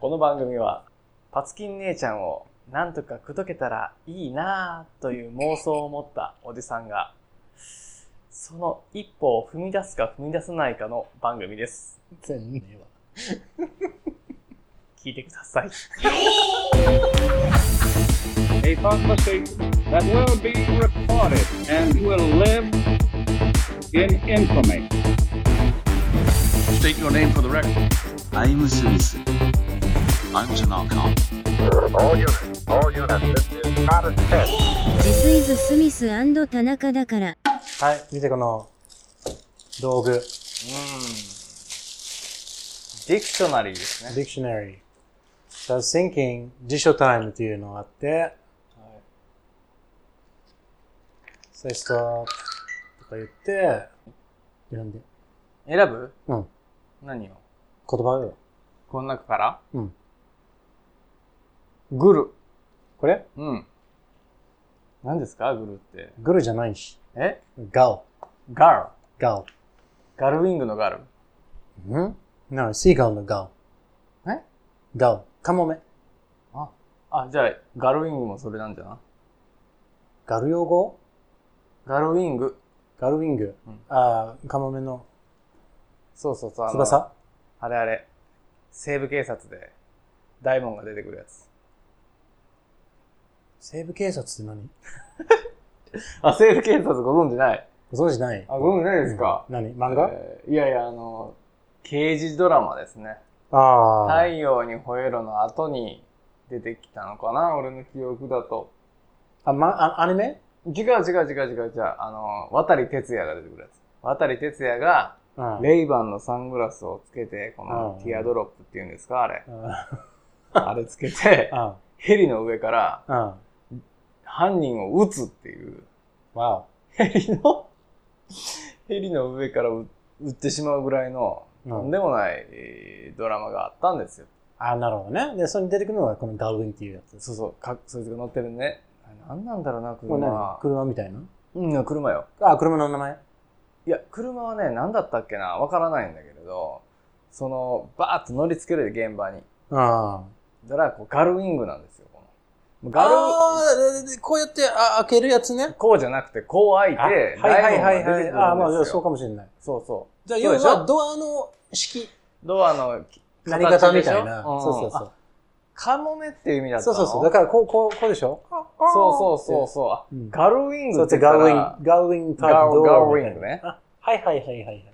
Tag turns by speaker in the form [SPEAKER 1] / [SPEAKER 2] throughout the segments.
[SPEAKER 1] この番組は、パツキン姉ちゃんをなんとか口説けたらいいなぁという妄想を持ったおじさんが、その一歩を踏み出すか踏み出さないかの番組です。
[SPEAKER 2] 全然ねえわ
[SPEAKER 1] 聞いてください。
[SPEAKER 3] a conversation that will be recorded and will live in infamy.
[SPEAKER 4] State your name for the record.
[SPEAKER 5] I'm Smith.
[SPEAKER 4] I was an archon.
[SPEAKER 3] All units, all units, this is not a test.
[SPEAKER 5] This is Smith and 田中だから。
[SPEAKER 2] はい見てこの道具デ
[SPEAKER 1] ディクショナリーですね。
[SPEAKER 2] ィクショナリー The thinking 辞書タイムっていうのがあって
[SPEAKER 1] はい
[SPEAKER 2] それストップとか言って選んで
[SPEAKER 1] 選ぶ
[SPEAKER 2] うん
[SPEAKER 1] 何を
[SPEAKER 2] 言葉を
[SPEAKER 1] この中から
[SPEAKER 2] うん
[SPEAKER 1] グル。
[SPEAKER 2] これ
[SPEAKER 1] うん。何ですかグルって。
[SPEAKER 2] グルじゃないし
[SPEAKER 1] え
[SPEAKER 2] ガオ
[SPEAKER 1] ガ
[SPEAKER 2] ガオ
[SPEAKER 1] ル。ガルウィングのガル。
[SPEAKER 2] ん ?No, シーガオのガオ
[SPEAKER 1] え
[SPEAKER 2] ガオカモメ
[SPEAKER 1] あ、じゃあ、ガルウィングもそれなんじゃない
[SPEAKER 2] ガルヨゴ
[SPEAKER 1] ガルウィング。
[SPEAKER 2] ガルウィング、
[SPEAKER 1] うん
[SPEAKER 2] ああカモメの
[SPEAKER 1] そうそうそう。あの
[SPEAKER 2] 翼
[SPEAKER 1] あれあれ。西部警察で、大門が出てくるやつ。
[SPEAKER 2] 西部警察って何
[SPEAKER 1] あ、西部警察ご存知ない
[SPEAKER 2] ご存知ない
[SPEAKER 1] あ、ご存知ないですか、
[SPEAKER 2] 何漫画、
[SPEAKER 1] えーいやいや、あの、刑事ドラマですね。
[SPEAKER 2] ああ、
[SPEAKER 1] 太陽に吠えろの後に出てきたのかな俺の記憶だと。
[SPEAKER 2] あ、ま、あアニメ
[SPEAKER 1] 違う違う違う違う違う。あの、渡哲也が出てくるやつ。渡哲也が、
[SPEAKER 2] うん
[SPEAKER 1] レイバンのサングラスをつけて、こ
[SPEAKER 2] う
[SPEAKER 1] の
[SPEAKER 2] ん
[SPEAKER 1] ティアドロップっていうんですかあ れ。
[SPEAKER 2] うん
[SPEAKER 1] あれつけて、
[SPEAKER 2] うん
[SPEAKER 1] ヘリの上から
[SPEAKER 2] うん。
[SPEAKER 1] 犯人を撃つっていう。
[SPEAKER 2] わ
[SPEAKER 1] ヘリの、ヘリの上から撃ってしまうぐらいの、
[SPEAKER 2] うん
[SPEAKER 1] とんでもないえードラマがあったんですよ。
[SPEAKER 2] あ、なるほどね。で、それに出てくるのがこのガウィンっていうやつです。
[SPEAKER 1] そうそう、かそいつが乗ってるね。あなんなんだろうな、
[SPEAKER 2] これ
[SPEAKER 1] 車
[SPEAKER 2] 何。車みたいな
[SPEAKER 1] うん、車よ。
[SPEAKER 2] あ、車の名前
[SPEAKER 1] いや、車はね、何だったっけな、わからないんだけれど、その、バーッと乗りつけるで、現場に。
[SPEAKER 2] あ
[SPEAKER 1] だから、こう、ガルウィングなんですよ、この。
[SPEAKER 2] あ。
[SPEAKER 1] ガル、
[SPEAKER 2] でででこうやってあ開けるやつね。
[SPEAKER 1] こうじゃなくて、こう開い
[SPEAKER 2] あはい
[SPEAKER 1] て、
[SPEAKER 2] はいはい
[SPEAKER 1] ダイ
[SPEAKER 2] は
[SPEAKER 1] ヤモン
[SPEAKER 2] い。
[SPEAKER 1] ドが
[SPEAKER 2] あ、ま
[SPEAKER 1] 出てくるん
[SPEAKER 2] あ、
[SPEAKER 1] です
[SPEAKER 2] そう
[SPEAKER 1] よ
[SPEAKER 2] かもしれない。
[SPEAKER 1] そうそう。
[SPEAKER 2] じゃあ、
[SPEAKER 1] そう
[SPEAKER 2] 要
[SPEAKER 1] でしょ
[SPEAKER 2] はドアの式、
[SPEAKER 1] ドアの
[SPEAKER 2] 何型みたい
[SPEAKER 1] 形で
[SPEAKER 2] な。
[SPEAKER 1] しょん
[SPEAKER 2] そうそうそう。
[SPEAKER 1] カモメっていう意味だった
[SPEAKER 2] そう
[SPEAKER 1] の
[SPEAKER 2] そうそう。だから、こう、こう、こうでしょ
[SPEAKER 1] そうそうそうそうあ。
[SPEAKER 2] うん
[SPEAKER 1] ガルウィン
[SPEAKER 2] そ
[SPEAKER 1] グ
[SPEAKER 2] う
[SPEAKER 1] っ
[SPEAKER 2] って
[SPEAKER 1] て
[SPEAKER 2] ガ
[SPEAKER 1] ガ
[SPEAKER 2] ウ
[SPEAKER 1] ルウ
[SPEAKER 2] ィ
[SPEAKER 1] ィン
[SPEAKER 2] ン、ガウィンタイ
[SPEAKER 1] ガウ
[SPEAKER 2] プド
[SPEAKER 1] ガウ
[SPEAKER 2] ア
[SPEAKER 1] ィ
[SPEAKER 2] みたいな
[SPEAKER 1] ングね。
[SPEAKER 2] あはいはいはいはい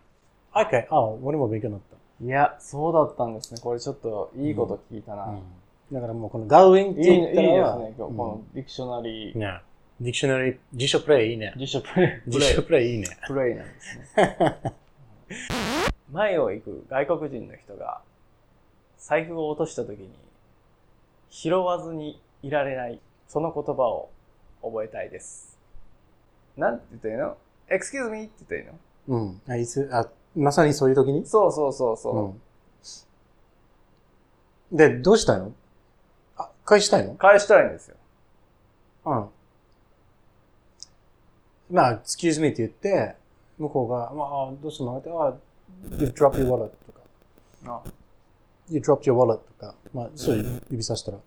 [SPEAKER 2] はい。OK。あ、俺も勉強になった。
[SPEAKER 1] いや、そうだったんですね。これちょっといいこと聞いたな。
[SPEAKER 2] だからもうこのガウインっ
[SPEAKER 1] い
[SPEAKER 2] て
[SPEAKER 1] いいいで
[SPEAKER 2] 言
[SPEAKER 1] す
[SPEAKER 2] ったら
[SPEAKER 1] ね、
[SPEAKER 2] は、
[SPEAKER 1] 今日。このディクショナリ
[SPEAKER 2] う
[SPEAKER 1] ー、
[SPEAKER 2] んねディクショナリー、辞書プレイいいね。
[SPEAKER 1] 辞書プレイ、
[SPEAKER 2] 辞書プレイいいね。
[SPEAKER 1] プレイなんですね。 前を行く外国人の人が財布を落とした時に拾わずにいられないその言葉を覚えたいです。なんて言ったらいいの ?excuse me って言ったらいいの
[SPEAKER 2] うん。あ、いつ、あ、まさにそういう時に
[SPEAKER 1] そうそうそうそう。
[SPEAKER 2] うん。で、どうしたいのあ、返したいの
[SPEAKER 1] 返したいんですよ。
[SPEAKER 2] うん。まあ、excuse me って言って、向こうが、まああ、どうしたのって、あ、you dropped your wallet とか、
[SPEAKER 1] あ
[SPEAKER 2] you dropped your wallet とか、まあ、そういう指さしたら、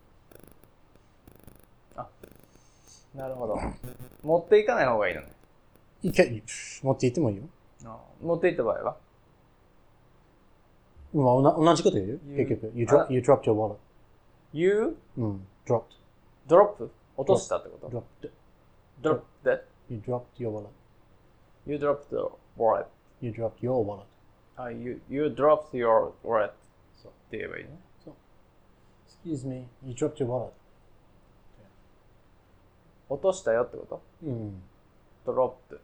[SPEAKER 1] なるほど。 持っていかない方がいいのね。
[SPEAKER 2] いけ、持っていってもいいよ。
[SPEAKER 1] 持っていった場合は
[SPEAKER 2] まあ、おな同じこと言うよ。
[SPEAKER 1] 言う
[SPEAKER 2] 結局。You,
[SPEAKER 1] あ
[SPEAKER 2] drop, you dropped your wallet.
[SPEAKER 1] ?You
[SPEAKER 2] うん。dropped.
[SPEAKER 1] drop 落としたってこと
[SPEAKER 2] dropped.
[SPEAKER 1] ?drop that
[SPEAKER 2] You dropped your wallet.
[SPEAKER 1] you dropped the wallet.
[SPEAKER 2] You dropped your wallet.
[SPEAKER 1] あ、you, you dropped your wallet. そうって言えばいいね。
[SPEAKER 2] Excuse me. You dropped your wallet.
[SPEAKER 1] 落としたよってこ
[SPEAKER 2] うん。
[SPEAKER 1] と ?dropped.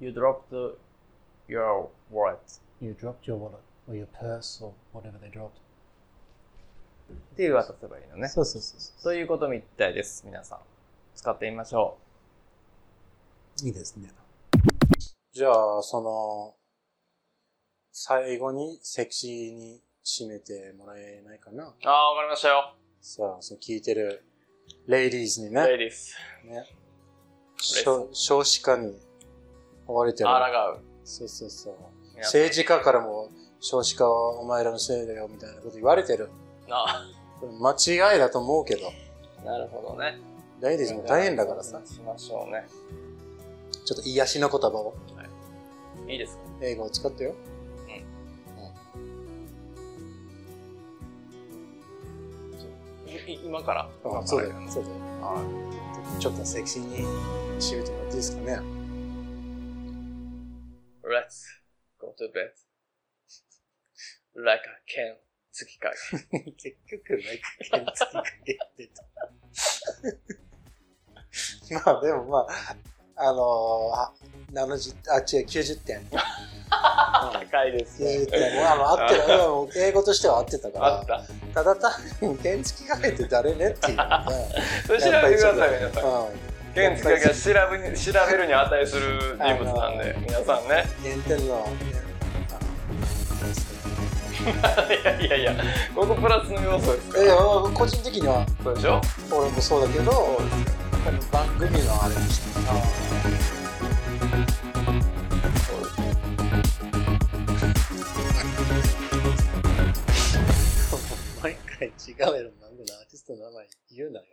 [SPEAKER 1] You dropped your wallet.
[SPEAKER 2] You dropped your wallet. Or your purse or whatever they dropped.
[SPEAKER 1] っていう渡せばいいのね。
[SPEAKER 2] そうそうそうそ
[SPEAKER 1] そういうことみたいです、皆さん。使ってみましょ
[SPEAKER 2] う。いいですね。じゃあ、その、最後にセクシーに締めてもらえないかな。
[SPEAKER 1] う。ああ、わかりましたよ。
[SPEAKER 2] さあ、その聞いてるレイディーズに
[SPEAKER 1] レ
[SPEAKER 2] ね、
[SPEAKER 1] イディス。
[SPEAKER 2] ね
[SPEAKER 1] ス
[SPEAKER 2] 少少子化に追われてる。
[SPEAKER 1] あらがう。
[SPEAKER 2] そうそうそう。
[SPEAKER 1] 皆さん
[SPEAKER 2] 政治家からも少子化はお前らのせいだよみたいなこと言われてる。
[SPEAKER 1] あ
[SPEAKER 2] これ間違いだと思うけど、
[SPEAKER 1] なるほどね。
[SPEAKER 2] レイディーズも大変だからさ、
[SPEAKER 1] しましょうね。
[SPEAKER 2] ちょっと癒しの言葉を、
[SPEAKER 1] いいですか
[SPEAKER 2] 英語を使ってよ。
[SPEAKER 1] い今から。
[SPEAKER 2] あそうだよ、そうだよ。ちょっとセクシーに締めてもらっていいですかね。
[SPEAKER 1] Let's go to bed. Like a can 月影。
[SPEAKER 2] 結局、なんか、原付きって た。まあ、でもまあ、あのー、あ70あ、違う、90点。うん
[SPEAKER 1] 高いですね
[SPEAKER 2] 90。点。まあ、まあ合ってる。うん英語としては合ってたか
[SPEAKER 1] あっ
[SPEAKER 2] ら。
[SPEAKER 1] た。
[SPEAKER 2] ただ単に原付きかけて誰ねっていうのが。
[SPEAKER 1] それ 調べてください、
[SPEAKER 2] や
[SPEAKER 1] 皆
[SPEAKER 2] っ
[SPEAKER 1] さん
[SPEAKER 2] ぱりち。ょっとうん
[SPEAKER 1] 現地が調べに調べるに値する人物なんで、皆さんね。
[SPEAKER 2] 原点の。
[SPEAKER 1] いやいやいや、ここプラスの要素ですか
[SPEAKER 2] え、いや
[SPEAKER 1] ら。
[SPEAKER 2] 個人的には
[SPEAKER 1] そうでしょ
[SPEAKER 2] 俺もそうだけど、この番組のあれにして。毎回違うやろ、番組のアーティストの名前言うなよ。